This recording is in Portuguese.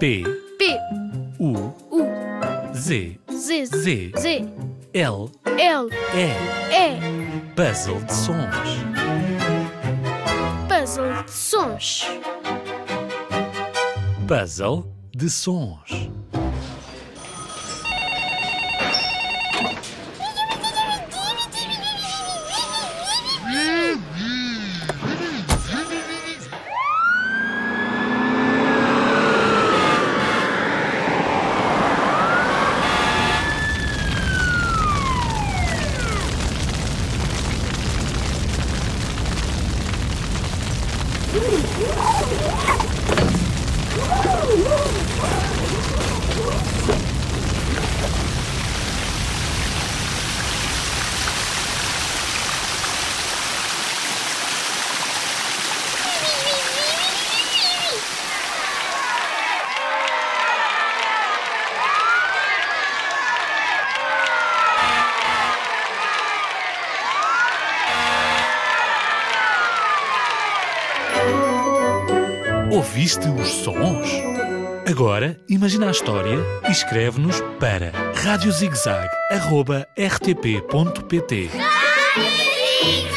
P P, U U, Z Z, Z, Z L L, E E, Puzzle de sons. puzzle de sons. Puzzle de sons. Ouviste os sons? Agora imagina a história e escreve-nos para radiozigzag.rtp.pt Ai,